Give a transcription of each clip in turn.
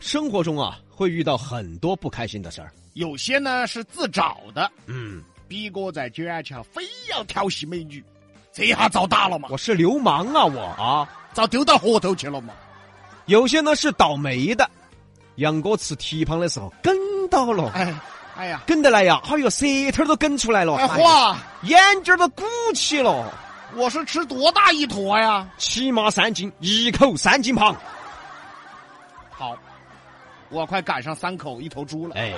生活中啊，会遇到很多不开心的事儿。有些呢是自找的。嗯，逼哥在卷桥非要调戏美女，这下遭打了嘛，我是流氓啊，我啊。遭丢到河头去了嘛。有些呢是倒霉的，杨哥吃蹄膀的时候梗到了，哎，哎呀，梗得来呀，哎呦，舌头都梗出来了，哎哎呀嚯，眼睛都鼓起了，我是吃多大一坨呀？起码三斤，一口三斤胖。好，我快赶上三口一头猪了。哎，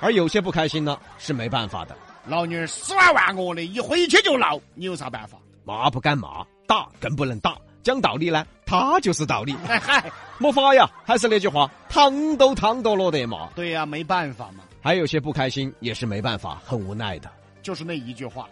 而有些不开心呢，是没办法的，老女儿耍完我的，一回去就闹，你有啥办法？骂不敢骂，打更不能打。讲道理呢，他就是道理。嗨哎嗨，没法呀，还是那句话，烫都烫到了的嘛。对呀、没办法嘛，还有些不开心也是没办法，很无奈的。就是那一句话。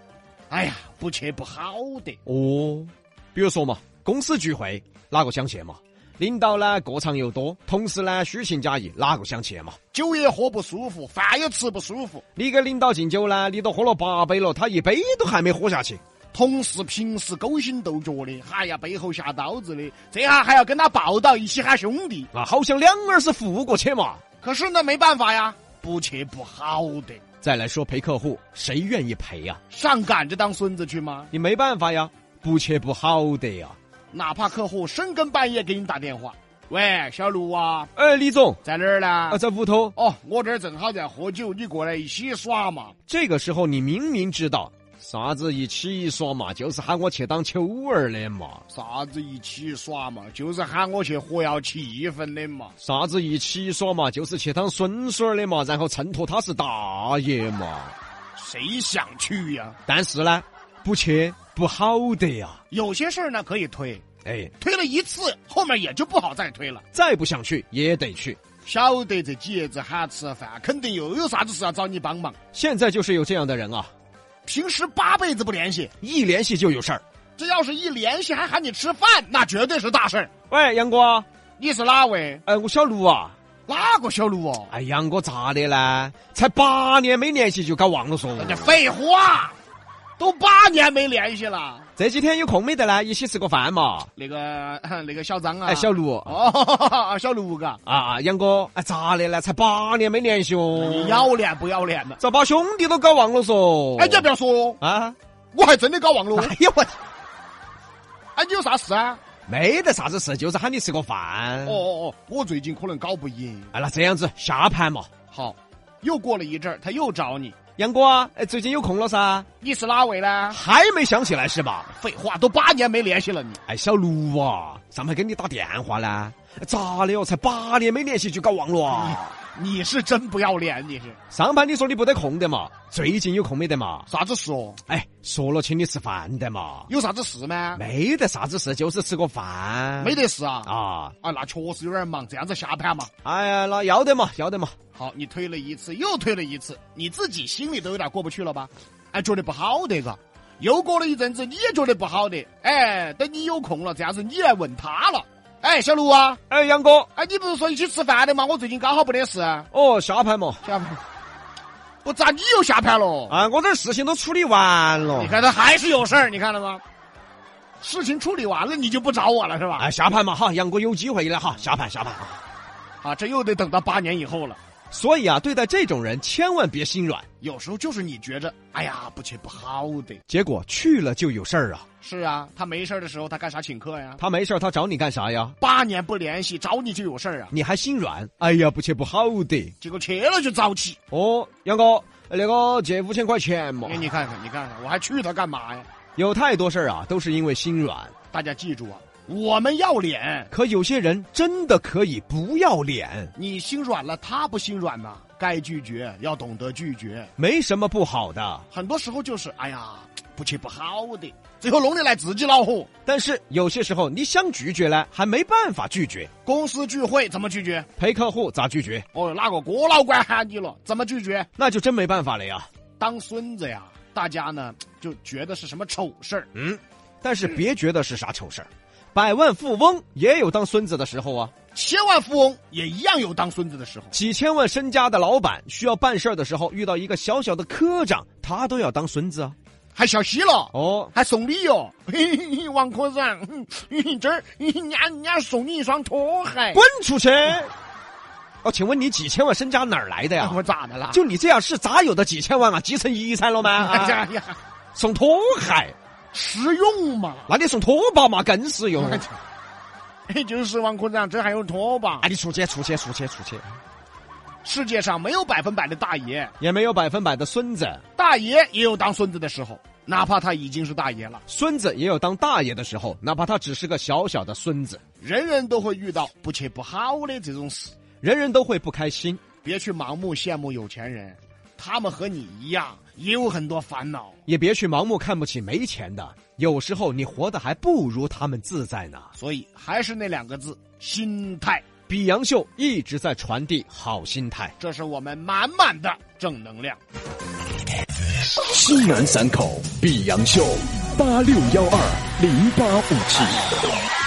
哎呀，不去不好的。哦，比如说嘛，公司聚会哪个想去嘛？领导呢过场又多，同事呢虚情假意，哪个想去嘛？酒也喝不舒服，饭也吃不舒服，你给领导敬酒呢，你都喝了八杯了，他一杯都还没喝下去。同事平时勾心斗角的，哎呀，背后下刀子的，这下还要跟他报道，一起喊兄弟。啊，好像两耳是附过去嘛。可是呢，没办法呀，不去不好的，再来说陪客户，谁愿意陪呀、上赶着当孙子去吗？你没办法呀，不去不好的呀。哪怕客户深更半夜给你打电话，喂，小卢啊，哎，李总，在哪儿呢啊，？在屋头，哦，我这儿正好在喝酒，你过来一起耍嘛。这个时候你明明知道啥子一起耍嘛，就是喊我去当秋儿的嘛，啥子一起耍嘛？就是喊我去活跃气氛的嘛。啥子一起耍嘛，就是去当孙孙儿的嘛，然后衬托他是大爷嘛。谁想去呀？但是呢，不去不好的呀。有些事儿呢可以推，哎，推了一次，后面也就不好再推了。再不想去也得去。晓得这几爷子喊吃饭，肯定又有啥子事要找你帮忙。现在就是有这样的人啊，平时八辈子不联系，一联系就有事儿。这要是一联系还喊你吃饭，那绝对是大事儿。喂，杨哥啊，你是哪位？哎，我小卢啊，哪个小卢哦？哎，杨哥咋的呢？才八年没联系就搞忘了嗦。那废话，都八年没联系了。这几天有空没得呢？一起吃个饭嘛。那个 那个小张啊，哎，小卢，哦， 小卢嘎，啊，杨哥，哎，咋的呢？才八年没联系哦你，要脸不要脸的？咋把兄弟都搞忘了嗦？哎，你还不要说哦，啊！我还真的搞忘了哦。哎呀，我哎，你有啥事啊？没得啥子事，就是喊你吃个饭。哦哦哦，我最近可能搞不赢。哎，那这样子下盘嘛，好，又过了一阵儿，他又找你，杨哥啊，哎，最近有空了噻？你是哪位呢？还没想起来是吧？废话，都八年没联系了你。哎，小卢啊，上盘给你打电话呢，哎咋的哟？才八年没联系就搞忘了嗯啊？ 你是真不要脸，你是上盘你说你不得空的嘛，最近有空没得嘛？啥子事哦？哎，说了请你吃饭的嘛，有啥子事吗？没得啥子事，就是吃个饭。嗯没得事啊。嗯啊。啊，那确实有点忙，这样子下盘嘛。哎呀，那要得嘛，要得嘛。好，你推了一次，又推了一次，你自己心里都有点过不去了吧？哎，觉得不好的嘎。又过了一阵子，你也觉得不好的，哎，等你有空了，这样子你来问他了。哎，小卢啊，哎，杨哥，哎，你不是说一起吃饭的吗？我最近刚好不得事，哦，下盘嘛，下盘。我咋你又下盘了？啊，我这儿事情都处理完了你。看他还是有事儿，你看了吗？事情处理完了，你就不找我了是吧？哎，下盘嘛，哈，杨哥有机会了哈，下盘下盘。啊啊，这又得等到八年以后了。所以啊，对待这种人千万别心软，有时候就是你觉着，哎呀，不去不好的。结果去了就有事儿啊。是啊，他没事儿的时候，他干啥请客呀？他没事儿，他找你干啥呀？八年不联系，找你就有事儿啊。你还心软？哎呀，不去不好的。结果去了就早起。哦，杨哥，那个借五千块钱嘛哎，。你看看，你看看，我还去他干嘛呀？有太多事儿啊，都是因为心软。大家记住啊，我们要脸，可有些人真的可以不要脸，你心软了，他不心软呐。该拒绝要懂得拒绝，没什么不好的。很多时候就是，哎呀，不去不好的，最后弄得来自己恼火。但是有些时候你想拒绝呢，还没办法拒绝。公司聚会怎么拒绝？陪客户咋拒绝？哦，哪个郭老倌喊你了？怎么拒绝？那就真没办法了呀。当孙子呀，大家呢就觉得是什么丑事儿。嗯，但是别觉得是啥丑事儿，百万富翁也有当孙子的时候啊，千万富翁也一样有当孙子的时候。几千万身家的老板需要办事儿的时候，遇到一个小小的科长，他都要当孙子啊。还小西了，哦，还送礼哟、嘿嘿嘿，王科长，哼哼这儿人家人家送你一双拖鞋。滚出去！哦，请问你几千万身家哪儿来的呀？哎我咋的了？就你这样是咋有的几千万啊？集成遗产了吗？哎啊呀呀，送拖鞋，实用嘛！那你送拖把嘛更实用。哎，就是王科长，这还有拖把哎，？你出去，出去，出去，出去，世界上没有百分百的大爷，也没有百分百的孙子，大爷也有当孙子的时候，哪怕他已经是大爷了。孙子也有当大爷的时候，哪怕他只是个小小的孙子，人人都会遇到不切不好的这种事，人人都会不开心。别去盲目羡慕有钱人，他们和你一样也有很多烦恼。也别去盲目看不起没钱的，有时候你活得还不如他们自在呢。所以还是那两个字：心态。比杨秀一直在传递好心态。这是我们满满的正能量。西南散口碧阳秀八六幺二零八五七。